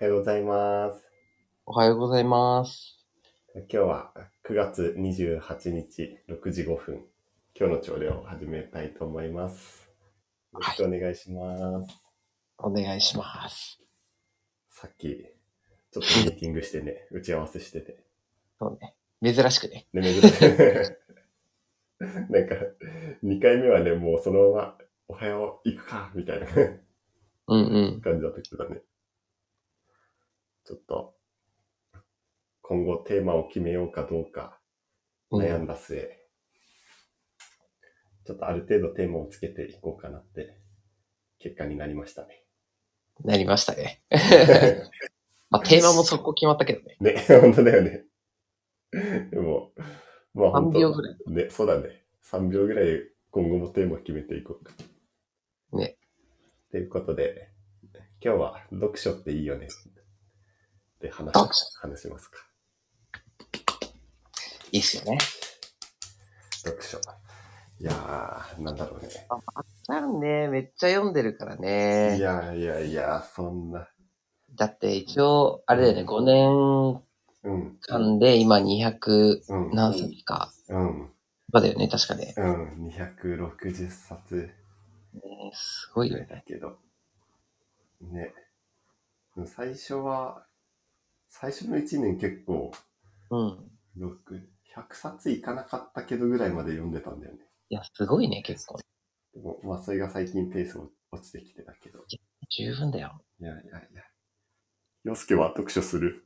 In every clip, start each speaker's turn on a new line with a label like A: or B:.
A: おはようございます。
B: おはようございます。
A: 今日は9月28日6時5分、今日の朝礼を始めたいと思います。よろしくお願いします。
B: お願いします。
A: さっき、ちょっとミーティングしてね、打ち合わせしてて。
B: そうね。珍しくね。
A: で、珍しい。なんか、2回目はね、もうそのまま、おはよう、行くか、みたいな感
B: うんうん。
A: じだったけどね。ちょっと、今後テーマを決めようかどうか
B: うん
A: 悩んだ末、ちょっとある程度テーマをつけていこうかなって結果になりました ね。
B: なりましたね。まあ、テーマも速攻決まったけどね。
A: ね、本当だよね。でも、まあ
B: 3
A: 本当、
B: 秒ぐらい。
A: ね、そうだね。3秒ぐらい今後もテーマ決めていこうか。
B: ね。
A: ということで、今日は読書っていいよねって話
B: 読書
A: 話しますか。
B: いいっすよね。
A: 読書。いやー、なんだろうね。
B: だよね。めっちゃ読んでるから
A: い
B: ね。
A: やーいやいや、そんな。
B: だって一応、あれだよね、5年
A: うん。
B: 間で今200
A: うん。
B: 何冊か。
A: うん。
B: まだよね、確かね。
A: うん、260冊
B: ねすごい
A: ぐ
B: よ
A: らい
B: ね。
A: だけど。ね。最初は、最初の1年結構、
B: うん。
A: 6 100冊いかなかったけどぐらいまで読んでたんだよね。
B: いや、すごいね、結構。
A: でもまあ、それが最近ペース落落ちてきてたけど。
B: 十分だよ。
A: いやいやいや。洋介は読書する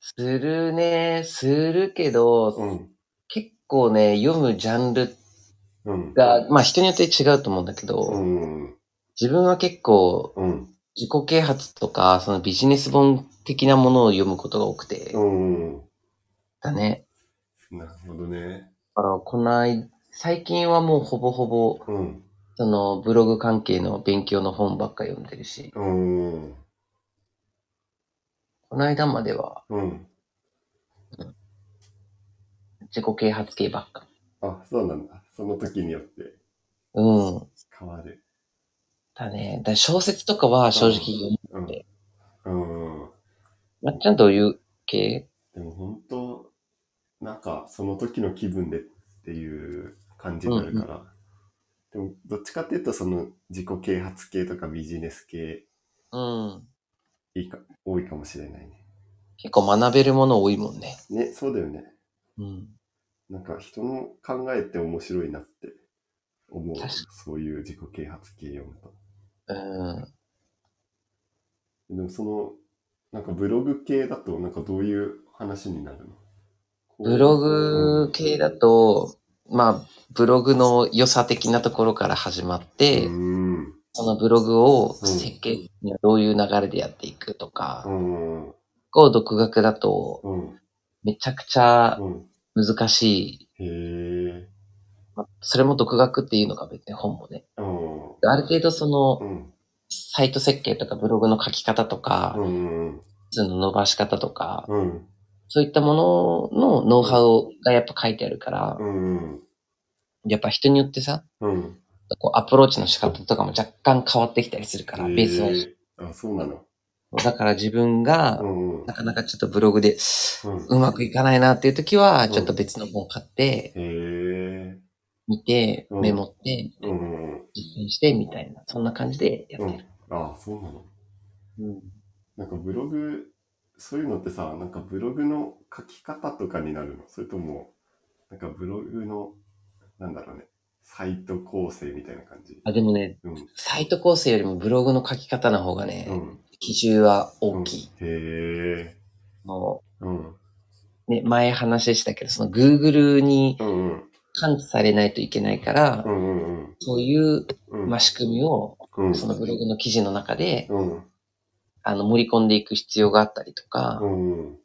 B: するね、するけど、
A: うん。
B: 結構ね、読むジャンル
A: うん。
B: が、まあ人によって違うと思うんだけど、
A: うん。
B: 自分は結構
A: うん。
B: 自己啓発とか、そのビジネス本的なものを読むことが多くて、
A: うん。
B: だね。
A: なるほどね。
B: あの、こない、最近はもうほぼほぼ、
A: うん。
B: そのブログ関係の勉強の本ばっか読んでるし、
A: うん。
B: この間までは
A: うん。
B: 自己啓発系ばっか。
A: あ、そうなんだ。その時によって
B: うん。
A: 変わる。
B: だね。だ小説とかは正直読
A: う
B: む。
A: ん
B: で。
A: うん。
B: まっちゃんどういう系
A: でも本当、なんかその時の気分でっていう感じになるから。でもどっちかっていうとその自己啓発系とかビジネス系
B: うん。
A: いいか多いかもしれないね。
B: 結構学べるもの多いもんね。
A: ね、そうだよね。
B: うん。
A: なんか人の考えって面白いなって思う
B: 確か。
A: そういう自己啓発系読むと。
B: うん。
A: でもその、なんかブログ系だとなんかどういう話になるの
B: ブログ系だ、と、まあ、ブログの良さ的なところから始まっ
A: こう
B: て、
A: うん。
B: そのブログを
A: うん
B: 設計にはどういう流れでやっていくとか
A: う、ん。
B: こう独学だと、
A: うん。
B: めちゃくちゃ
A: うん。
B: 難しい。
A: へえ。
B: まあそれも独学っていうのが別に本もね。
A: うん。
B: ある程度その、
A: うん。
B: サイト設計とかブログの書き方とか
A: う、ん。
B: その伸ばし方とか、
A: うん。
B: そういったもののノウハウがやっぱ書いてあるから、
A: うん。
B: やっぱ人によってさ、
A: うん。
B: こうアプローチの仕方とかも若干変わってきたりするから、ベースの。
A: あ、そうなの。
B: だから自分が
A: う、ん。うん
B: な。かなかちょっとブログで
A: うん
B: うまくいかないなっていう時は、
A: ん
B: ちょっと別の本買って、
A: へえ。
B: 見て、
A: うん
B: メモって、
A: うん。
B: 実践してみたいな、そんな感じでや
A: う
B: って
A: ん
B: る。。
A: あ、そうなの。
B: うん
A: なんかブログ、そういうのってさ、なんかブログの書き方とかになるのそれとも、なんかブログの、なんだろうね、サイト構成みたいな感じ。
B: あでもね、
A: うん。
B: サイト構成よりもブログの書き方の方がね、
A: うん。
B: 比重は大きい。
A: うんへえ。
B: も
A: うん。
B: うね、前話したけど、その Google に
A: うんうん。
B: 感知されないといけないから
A: う、んうん
B: そういう、
A: うん。
B: まあ、仕組みを、
A: うん、
B: そのブログの記事の中で、
A: うん。
B: あの、盛り込んでいく必要があったりとか
A: う、ん。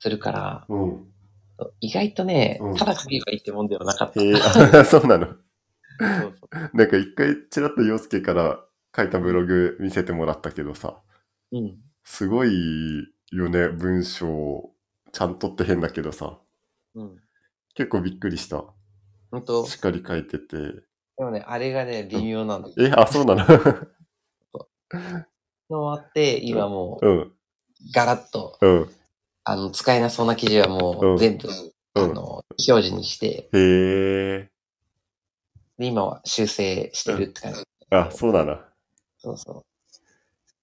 B: するから、
A: うん。
B: 意外とね
A: うん、
B: ただ書けばいいってもんではなかった。
A: へえ、 あそうなの。
B: そうそ
A: なんか一回ちらっと洋介から書いたブログ見せてもらったけどさ、
B: ううん。
A: すごいよね、文章。ちゃんとって変だけどさ、
B: うん。
A: 結構びっくりした。
B: 本当
A: しっかり書いてて。
B: でもね、あれがね、微妙なんだけど。
A: え、あ、そうなの
B: 終わって、今もう、
A: うん、
B: ガラッと、
A: うん。
B: あの、使えなそうな記事は
A: う
B: も
A: ん
B: う、全部、
A: う
B: あ
A: ん
B: の、非表示にして、
A: へえ。
B: で、今は修正してるって感じ。
A: あ、そうだな。
B: そうそ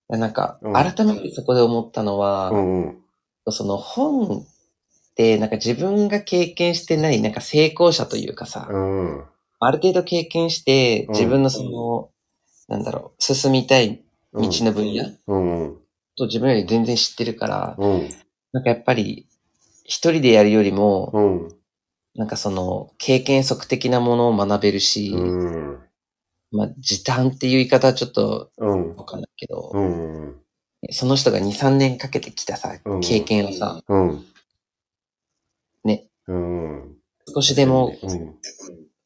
B: う。なんか、
A: うん
B: 改めてそこで思ったのは
A: う、んうん。
B: その本って、なんか自分が経験してない、なんか成功者というかさ、
A: うん。
B: ある程度経験して
A: う、ん
B: 自分のその、なんだろう、進みたい道の分野
A: うんうん。
B: と自分より全然知ってるから、
A: うん。
B: なんかやっぱり、一人でやるよりも、
A: うん。
B: なんかその、経験則的なものを学べるし、
A: うん。
B: まあ、時短っていう言い方はちょっと
A: うん。
B: わかんないけど、
A: うん。
B: その人が2、3年かけてきたさ
A: うん、
B: 経験をさ、
A: うん。
B: ね。
A: うん。
B: 少しでも、
A: うん。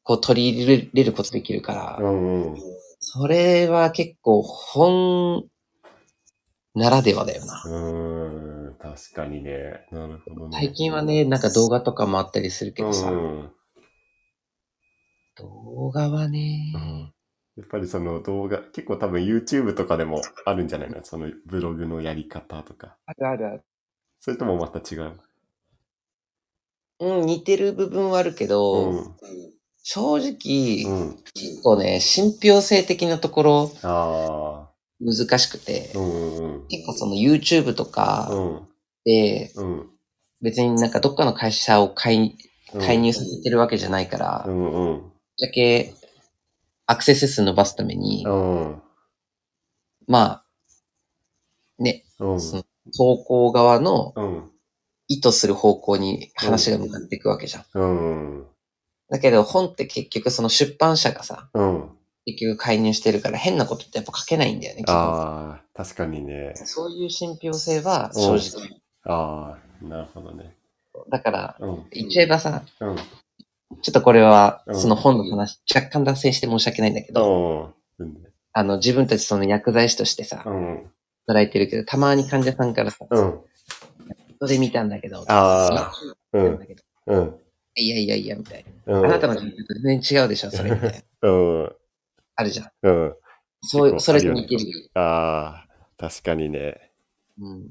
B: こう取り入れることできるから、
A: うん。うん。
B: それは結構本ならではだよな。
A: うん。確かにね。なるほどね。
B: 最近はね、なんか動画とかもあったりするけどさ、
A: うん。
B: 動画はね、
A: うんやっぱりその動画、結構多分 YouTube とかでもあるんじゃないのそのブログのやり方とか。
B: あるあるある。
A: それともまた違う。
B: うん、似てる部分はあるけど、
A: うん。
B: 正直、
A: うん。
B: 結構ね、信憑性的なところ
A: あ
B: 難しくて、
A: あ。うんうん
B: 結構その YouTube と
A: う
B: か
A: ん。
B: で、
A: うん。
B: 別になんかどっかの会社を介
A: うん。
B: 介入させてるわけじゃないから、
A: う
B: ぶっ
A: んうん。
B: ちゃけアクセス数伸ばすために、
A: うん。
B: まあ、ね、
A: うん。
B: その投稿側の
A: うん。
B: 意図する方向に話が向かっていくわけじゃん。
A: うん。
B: だけど本って結局その出版社がさ、
A: うん。
B: 結局介入してるから変なことってやっぱ書けないんだよね。基本
A: ああ、確かにね。
B: そういう信憑性は正直。
A: ああ、なるほどね。
B: だから、
A: うん。
B: 言っちゃえばさ、
A: うん。
B: ちょっとこれは
A: うん
B: その本の話、若干脱線して申し訳ないんだけど、
A: うん。うん。
B: あの自分たちその薬剤師としてさ
A: う、ん。
B: 働いてるけど、たまに患者さんからさ、
A: うん。
B: 人で見たんだけど、
A: あう
B: 見たん
A: ん。
B: だけど
A: うん。
B: いやいやいや、みたいな。
A: うん。
B: あなたの人と全然違うでしょ、それみたいな。
A: うん。
B: あるじゃん。
A: うん。
B: そ
A: 結
B: う、
A: 構
B: そ
A: あ
B: れ
A: る
B: と
A: よね
B: 似てる。
A: ああ、確かにね。
B: うん。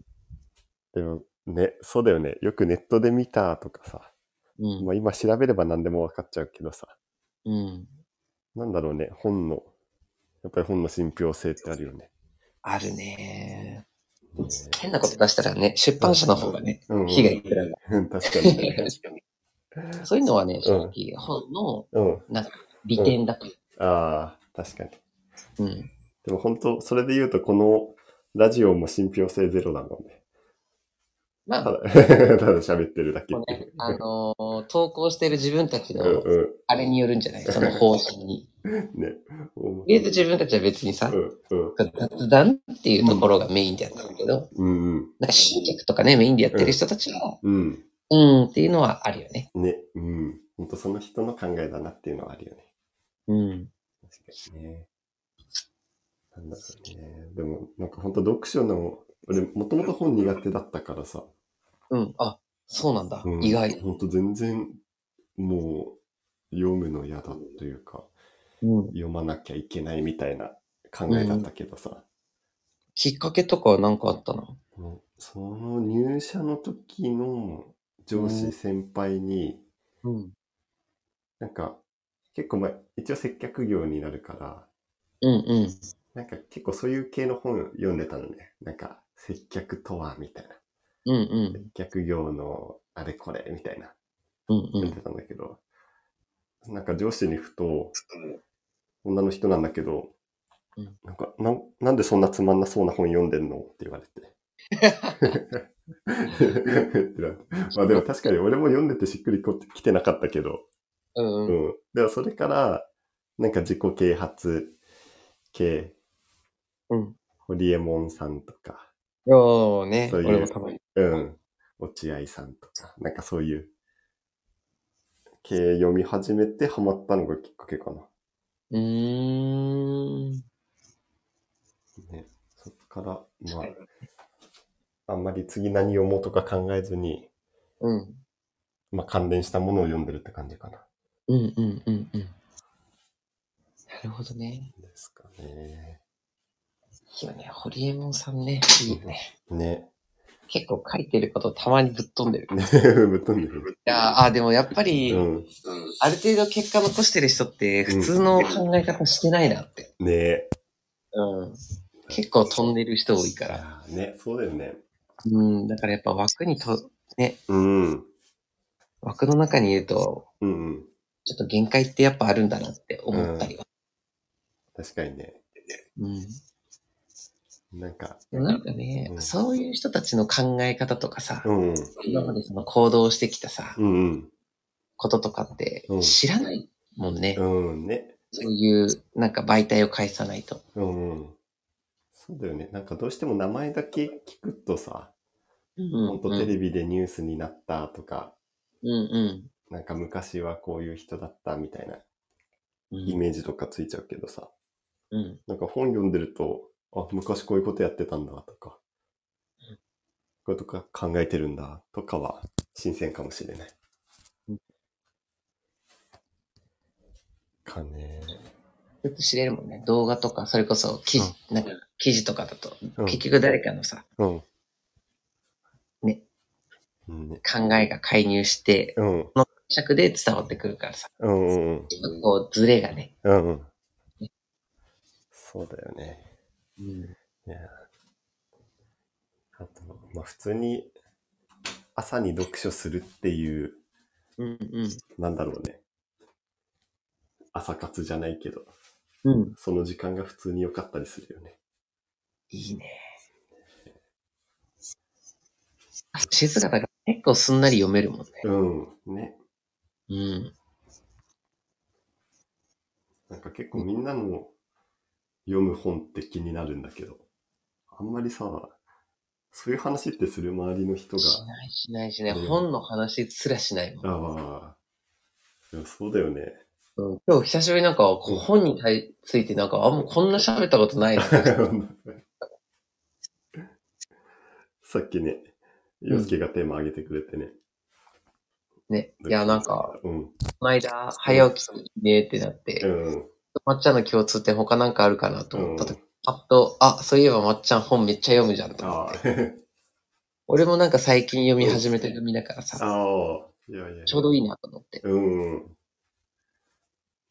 A: でも、ね、そうだよね。よくネットで見たとかさ。
B: うん
A: まあ今調べれば何でも分かっちゃうけどさ。
B: うん。
A: なんだろうね。本の、やっぱり本の信憑性ってあるよね。
B: あるね。
A: ね
B: 変なこと出したらね、出版社の方がね、
A: うん。
B: 被害くらい
A: うん確かに ね。
B: そういうのはね、正直、本の
A: うん。
B: 利点だと。
A: ああ、確かに。
B: うん。
A: でも本当、それで言うと、このラジオも信憑性ゼロだもんね。
B: ま
A: た
B: あ、
A: だ、 ただ喋ってるだけ
B: もうね、あのー投稿してる自分たち
A: うん
B: の、
A: う
B: あれによるんじゃないその方針に。
A: ん。ね。うん
B: とりあえず自分たちは別にさ、
A: うん
B: 雑談っていうところがメインでやったんだけど、
A: うん。
B: なんか新客とかね、メインでやってる人たちの、
A: うん。
B: うんっていうのはあるよね。
A: うん。ね。うん。本当その人の考えだなっていうのはあるよね。
B: うん。
A: 確かにね。なんだろうね。でも、なんか本当読書の、俺、もともと本苦手だったからさ。
B: うん。あ、そうなんだ。
A: うん
B: 意外。
A: 本当全然、もう、読むの嫌だというか。
B: うん。
A: 読まなきゃいけないみたいな考えだったけどさ、
B: きっかけとかはなんかあったの
A: もうその入社の時の上
B: う
A: 司
B: ん
A: 先輩に、
B: うん。
A: なんか結構まあ一応接客業になるから
B: うんうん。
A: なんか結構そういう系の本読んでたのねなんか接客とはみたいな
B: うん
A: 接客業のあれこれみたいな
B: うん。うんう
A: 読ん
B: ん。
A: でたんだけど、なんか上司にふと女の人なんだけど、
B: うん
A: なんかなんなんでそんなつまんなそうな本読んでんのって言われ て。 ってなまあでも確かに俺も読んでてしっくりこ来てなかったけど、
B: うん
A: う
B: うん。
A: ん。でもそれから、なんか自己啓発系、
B: うん。
A: ホリエモンさんとか、
B: よーね。
A: そういう
B: 俺もたまに。
A: うん。落合さんとか、なんかそういう系読み始めてハマったのがきっかけかな。
B: うーん。
A: ね、そこから、まあ、あんまり次何読もうとか考えずに、
B: うん。
A: まあ、関連したものを読んでるって感じかな。
B: うんうんうんうん。なるほどね。
A: ですかね。
B: いいよね。ホリエモンさんね。いいよね。
A: ね。
B: 結構書いてることたまにぶっ飛ん でる。い
A: ね ぶっ飛んでる。
B: やーあー、でもやっぱり、
A: うん。
B: ある程度結果残してる人って、普通の考え方してないなって。
A: ね
B: うん。結構飛んでる人多いから。
A: あーね、そうだよね。
B: うん。だからやっぱ枠にと、
A: うん。うん
B: 枠の中にいると、
A: うん。
B: ちょっと限界ってやっぱあるんだなって思ったりは。
A: 確かにね。
B: うん。
A: なんか、
B: でもなんかね、
A: うん
B: そういう人たちの考え方とかさ、
A: うん。うん
B: 今までその行動してきたさ、
A: うん。
B: こととかって
A: うん
B: 知らないもんね。
A: うんね。
B: そういう、なんか媒体を返さないと。
A: うんうん。そうだよね。なんかどうしても名前だけ聞くとさ、
B: う
A: ほんとテ
B: ビ。
A: レビでニュースになったとか、
B: うん
A: なんか昔はこういう人だったみたいな
B: うん。
A: イメージとかついちゃうけどさ、
B: うん。
A: なんか本読んでると、あ、昔こういうことやってたんだとか、こういうとか考えてるんだとかは新鮮かもしれない。かね。
B: よく知れるもんね。動画とか、それこそ記事、なんか記事とかだと、
A: うん
B: 結局誰かのさ、
A: うん。
B: ね。
A: うんね。
B: 考えが介入して、
A: うん。
B: 尺で伝わってくるからさ、
A: うんうんうん。
B: ちょっとこう、ズレがね。
A: うんうん。そうだよね。
B: うん。
A: いやあと、まあ普通に朝に読書するっていう、
B: うんうん。
A: なんだろうね。朝活じゃないけど、
B: うん。
A: その時間が普通に良かったりするよね。
B: いいね。静かだから結構すんなり読めるもんね。
A: うん。ね。
B: うん。
A: なんか結構みんなも読む本って気になるんだけど、あんまりさ、そういう話ってする周りの人が、
B: しないしないしない。
A: うん
B: 本の話すらしないもん。
A: ああ、でもそうだよね。
B: うん今日久しぶりになんか、こう本に対ついてなんか、あ、もうこんな喋ったことないな。
A: さっきね、洋介がテーマ上げてくれてね。
B: ね。いや、なんか、、
A: うん。
B: この間、早起きねってなって、
A: うん。
B: まっちゃんの共通点他なんかあるかなと思った
A: う
B: と
A: ん
B: き、パッと、あ、そういえばまっちゃん本めっちゃ読むじゃんと思っ
A: あ
B: て。
A: ー
B: 俺もなんか最近読み始めてる身だから
A: あ
B: さ、
A: ー。いやいやいや。
B: ちょうどいいなと思 って。
A: うん。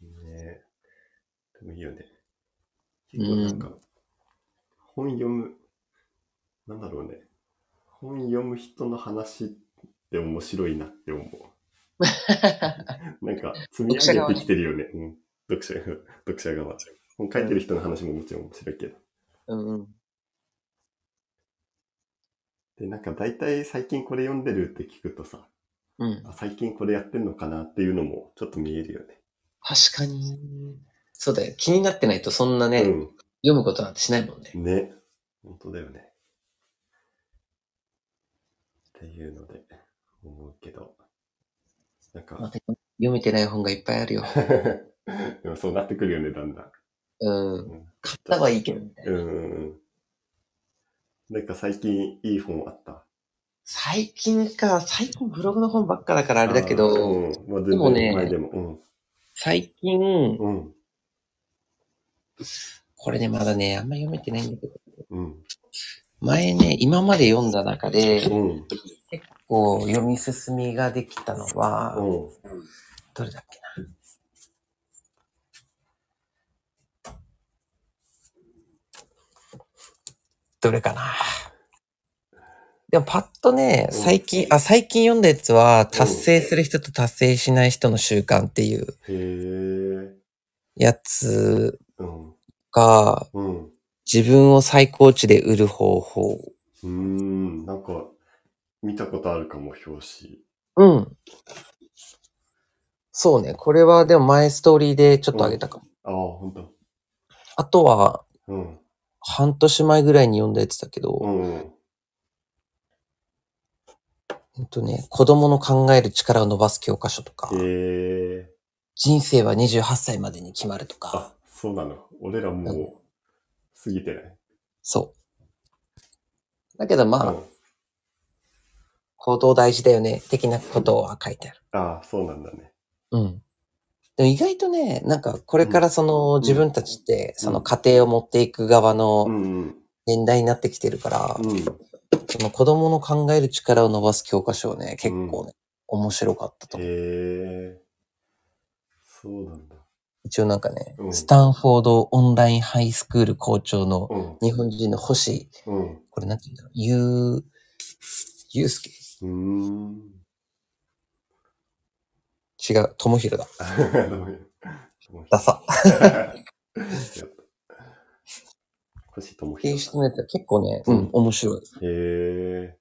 A: ねでもいいよね。結構なんか、本読む、なんだろうね。本読む人の話って面白いなって思う。なんか、積み上げてきてるよね。うん、読者が、読者側。本書いてる人の話ももちろん面白いけど。
B: うんうん。
A: で、なんか大体最近これ読んでるって聞くとさ、
B: うん。
A: あ最近これやってんのかなっていうのもちょっと見えるよね。
B: 確かに。そうだよ。気になってないとそんなね、
A: うん。
B: 読むことなんてしないもんね。
A: ね。本当だよね。っていうので、思うけど。なん
B: ま
A: か、
B: た読めてない本がいっぱいあるよ。
A: でもそうなってくるよね、だんだん。
B: うん。買ったはいいけど、みたいな。
A: うんうんうん。なんか最近いい本あった。
B: 最近か、最近ブログの本ばっかだからあれだけど、
A: ー、うんまあ、
B: で
A: 全
B: も
A: 然
B: ね
A: 前でも。
B: 最近、
A: うん。うん。
B: これね、まだね、あんま読めてないんだけど、
A: うん。
B: 前ね、今まで読んだ中で、
A: うん。
B: こう、読み進みができたのは、
A: うん。
B: どれだっけな。どれかな。でもパッとね、
A: うん
B: 最近、あ、最近読んだやつは、達成する人と達成しない人の習慣っていう
A: へえ。
B: やつ
A: うん。
B: が、
A: うん。う
B: 自分を最高値で売る方法。
A: ーん。なんか、見たことあるかも、表紙。
B: うん。そうね。これはでも前ストーリーでちょっとあげたかも。
A: ああ、ほんと。
B: あとは、
A: うん。
B: 半年前ぐらいに読んだやつだけど、
A: うん。
B: えっとね、子供の考える力を伸ばす教科書とか、
A: へえ。
B: 人生は28歳までに決まるとか
A: あ、、そうなの。俺らもう過ぎてない。
B: そう。だけどまあ、
A: うん
B: 行動大事だよね、的なことは書いてある。
A: ああ、そうなんだね。
B: うん。でも意外とね、なんかこれからその
A: ん
B: 自分たちって、
A: うん
B: その家庭を持っていく側
A: う
B: の
A: んうん。
B: 年代になってきてるから、
A: うん。
B: その子供の考える力を伸ばす教科書をね、結構ね、面白かったと
A: へ
B: 思う。
A: え。そうなんだ。
B: 一応なんかね、
A: うん
B: スタンフォードオンラインハイスクール校長の
A: う
B: 日本人の星、
A: ん。
B: これなんて言うんだろう、ゆう、ゆうすけ
A: うん。うーん。
B: 違う、ともひろだ。
A: ダメ
B: ダサ。っ
A: 星とも
B: ていう
A: ひ
B: 人のやつは結構ね、うん、面白い。
A: ろ。へえ。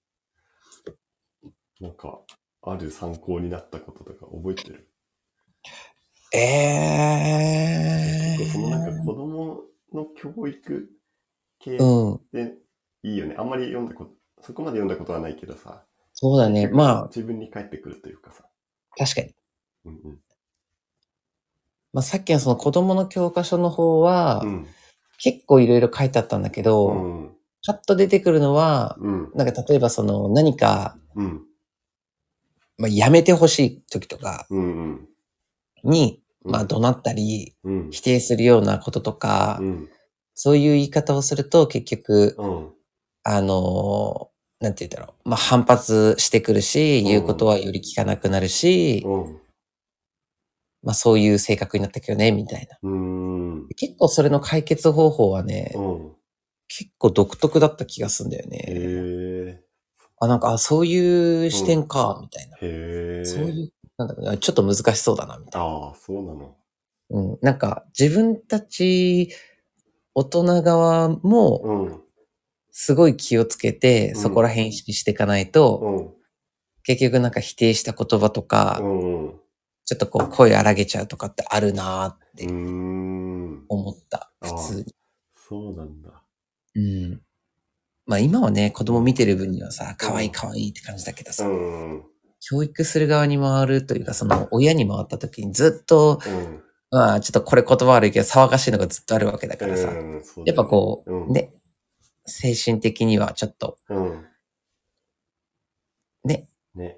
A: なんか、ある参考になったこととか覚えてる
B: え
A: 結構そのなん
B: ー。
A: か子供の教育系っ
B: うん。
A: ていいよね。あんまり読んだこと、そこまで読んだことはないけどさ。
B: そうだね。まあ、
A: 自分に返ってくるというかさ。
B: 確かに。
A: うんうん。
B: まあ、さっきのその子供の教科書の方は、
A: うん。
B: 結構いろいろ書いてあったんだけど、
A: うん。
B: パッと出てくるのは、
A: うん。
B: なんか例えばその何か、
A: うん。
B: まあ、やめてほしい時とか
A: うんうん。
B: に、
A: うん
B: まあ、怒鳴ったり、
A: うん。
B: 否定するようなこととか、
A: うん。
B: そういう言い方をすると結局、
A: うん。
B: あのーなんて言うんだろう。まあ、反発してくる
A: ん
B: し、言うことはより聞かなくなるし、
A: うん。
B: まあ、そういう性格になったけどね、みたいな。
A: うん。
B: 結構それの解決方法はね、
A: うん。
B: 結構独特だった気がするんだよ
A: へ
B: ね。
A: え。
B: あ、なんか、あ、そういう視点か、みたいな。
A: へえ。
B: そういう、なんだろうな、ちょっと難しそうだな、みたいな。
A: ああ、そうなの。
B: うん。なんか、自分たち、大人側も、
A: うん。
B: すごい気をつけて、
A: うん
B: そこら辺意識していかないと、
A: うん。
B: 結局なんか否定した言葉とか、
A: うん。う
B: ちょっとこう、声荒げちゃうとかってあるなーっ
A: ー
B: て
A: ん。
B: 思った。
A: あー
B: 普通に。
A: そうなんだ。
B: うん。まあ今はね、子供見てる分にはさ、可愛い可愛いって感じだけど
A: う
B: さ、
A: ん。うん。
B: 教育する側に回るというか、その親に回った時にずっと、まあちょっとこれ言葉悪いけど騒がしいのがずっとあるわけだからさ、
A: うん。そうだ
B: やっぱこう、
A: うん
B: ね、精神的にはちょっと、
A: よね。うん。
B: ね。
A: ね。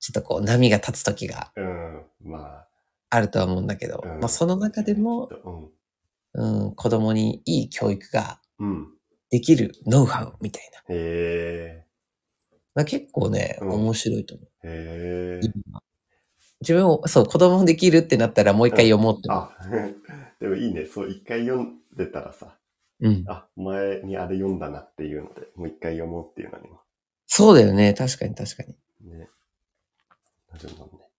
B: ちょっとこう波が立つ時が
A: うん。ま
B: あるとは思うんだけど、
A: うん
B: まあその中でも、
A: あ。
B: うん、子供にいい教育が
A: うん。うん。
B: できるノウハウみたいな。
A: へ
B: まあ、結構ね、
A: うん
B: 面白いと思う。
A: え。へえ。
B: 自分を、そう、子供できるってなったらもう一回読もうって思う。
A: あ、 でもいいね。そう、一回読んでたらさ、
B: うん。
A: あ、前にあれ読んだなっていうので、もう一回読もうっていうのに
B: そうだよね。確かに確かに。
A: ね。なるもんね。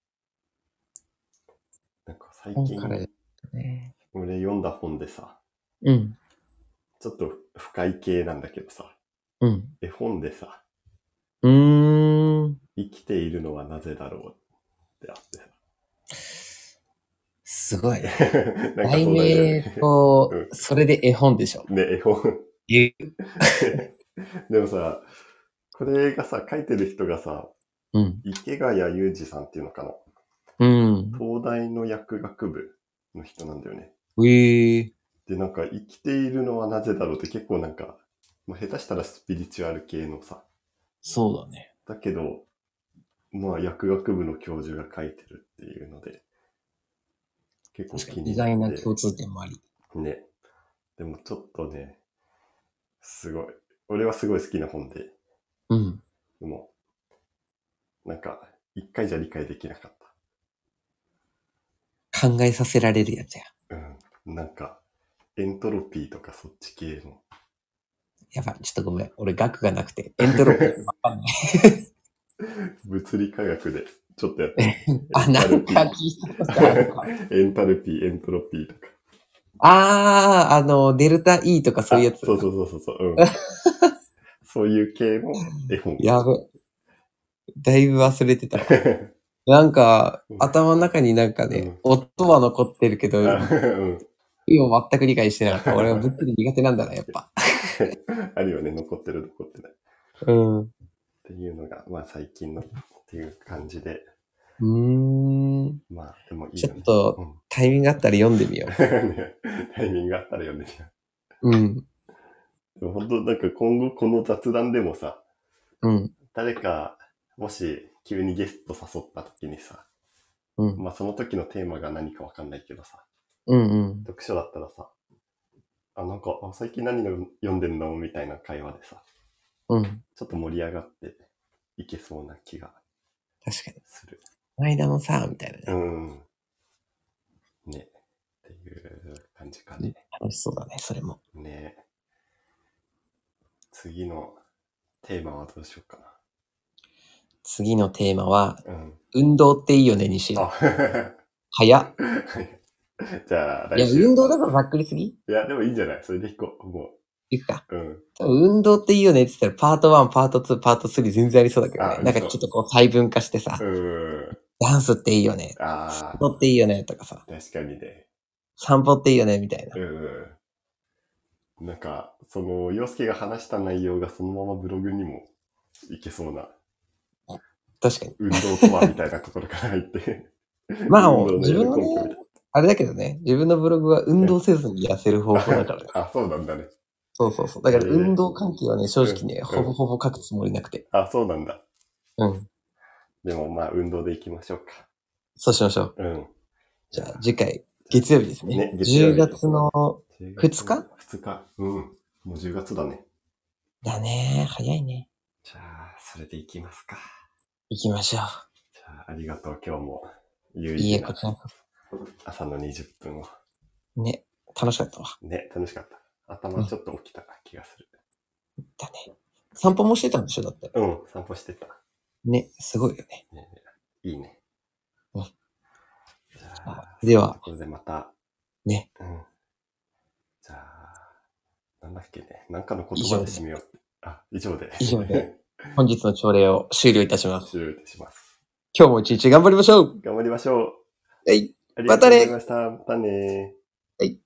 A: なんか最
B: 本
A: 近、
B: からだね。
A: 俺読んだ本でさ、
B: うん。
A: ちょっと不快系なんだけどさ、
B: うん。
A: 絵本でさ、
B: うーん。
A: 生きているのはなぜだろうってあってさ。
B: すご い。
A: なんか
B: 題
A: そんな
B: 名
A: ね
B: と
A: う、ん
B: それで絵本でしょ。
A: ね、絵本。
B: 言う。
A: でもさ、これがさ、書いてる人がさ、
B: うん。
A: 池谷裕二さんっていうのかな。
B: うん。
A: 東大の薬学部の人なんだよね。
B: ええ
A: で、なんか生きているのはなぜだろうって結構なんか、まあ、下手したらスピリチュアル系のさ、
B: そうだね。
A: だけど、まあ薬学部の教授が書いてるっていうので、結構
B: 確か
A: 気
B: に。意
A: になって。
B: 外な共通点もあり。
A: ね。でもちょっとね、すごい。俺はすごい好きな本で、
B: うん。
A: でも、なんか、一回じゃ理解できなかっ
B: 考えさせられるやつや。
A: た。うん。なんか、エントロピーとかそっち系の。
B: やばい。ちょっとごめん。俺、額がなくて。エントロピーわ かんない。
A: 物理科学でちょっとやって
B: あ、なんか聞いたことあるか。
A: エンタルピー、エントロピーとか。
B: あー、あの、デルタ E とかそういうやつ。
A: そうそうそうそう そう。うん、そういう系の絵本。
B: やべ。だいぶ忘れてた。なんか
A: う、ん
B: 頭の中になんかね、音は残ってる けど、
A: うん、
B: 今全く理解してなかった。俺は物理苦手なんだな、やっぱ。
A: あるよね、残ってる残ってない。っ
B: うん。う
A: ていうのが、まあ最近のっていう感じで、
B: ーん。
A: まあでもいい
B: ち
A: よ
B: ょっ
A: ね。
B: と、
A: うん
B: タイミングあったら読んでみよ
A: ねタイミングがあったら読んでみよ
B: う。うん。
A: うでも本当なんか今後この雑談でもさ、
B: うん。
A: 誰か、もし急にゲスト誘った時にさ、
B: うん。
A: まあその時のテーマが何かわかんないけどさ、
B: うんうん。
A: 読書だったらさ、あ、なんか、あ最近何を読んでんのみたいな会話でさ、
B: うん。
A: ちょっと盛り上がっていけそうな気が
B: 確かに。
A: する。
B: この間もさ、みたいなね。
A: うん。ね。っていう感じかね。
B: 楽しそうだね、それも。
A: ね次のテーマはどうしようか
B: 次のテーマは、
A: な。うん。
B: 運動っていいよね、西野。
A: あ、
B: 早っ。
A: じゃあ
B: いや、
A: 来週。
B: 運動だからざっくりすぎ
A: いや、でもいいんじゃないそれでいこう。も
B: いくか。
A: う。うん。
B: 多分運動っていいよねって言ったら、パート1、パート2、パート3全然ありそうだけど
A: あ
B: ね。なんかちょっとこう細分化してさ、
A: うん。
B: ダンスっていいよね。
A: ああ、
B: 運動っていいよね、とかさ、
A: 確かにね。
B: 散歩っていいよね、みたいな。
A: うん。なんか、その、洋介が話した内容がそのままブログにもいけそうな、
B: 確かに。
A: 運動とはみたいなところから入っ て。
B: まあ、
A: 運動の
B: 自分の
A: やる根拠みたいな
B: ね、あれだけどね、自分のブログは運動せずに痩せる方法だからね。
A: あ、そうなんだね。
B: そうそうそう。だから
A: へえ
B: 運動関係はね、正直
A: う
B: ね、
A: ん
B: ほぼほぼ書くつもりなくて。
A: あ、そうなんだ。
B: うん。
A: でもまあ、運動でいきましょうか。
B: そうしましょう。
A: うん。
B: じゃあ次回、月曜日ですね。
A: ね月曜
B: 10
A: 日
B: 月の、
A: 10
B: 2
A: ?2 日。うん。もう10月だね。
B: だね、早いね。
A: じゃあ、それでいきますか。
B: 行きましょう。
A: じゃあ、ありがとう。今日も有
B: いい
A: 意
B: え、
A: 義な
B: こちらこ
A: 朝の20分を。
B: そ。ね、楽しかったわ。
A: ね、楽しかった。頭ちょっと起きた気がする。
B: だね。散歩もしてたんでしょだって。
A: うん、散歩してた。
B: ね、すごいよね。
A: いいね。
B: うん
A: じゃあ、
B: では
A: これでまた。
B: ね。
A: うん。じゃあ、なんだっけね。なんかの言葉で締めよう。あ、以上で。
B: 以上で。本日の朝礼を終了いたしま す。
A: 終了いたします。
B: 今日も一日頑張りましょう
A: 頑張りましょう。
B: はい。
A: ありがとうございました。またね
B: はい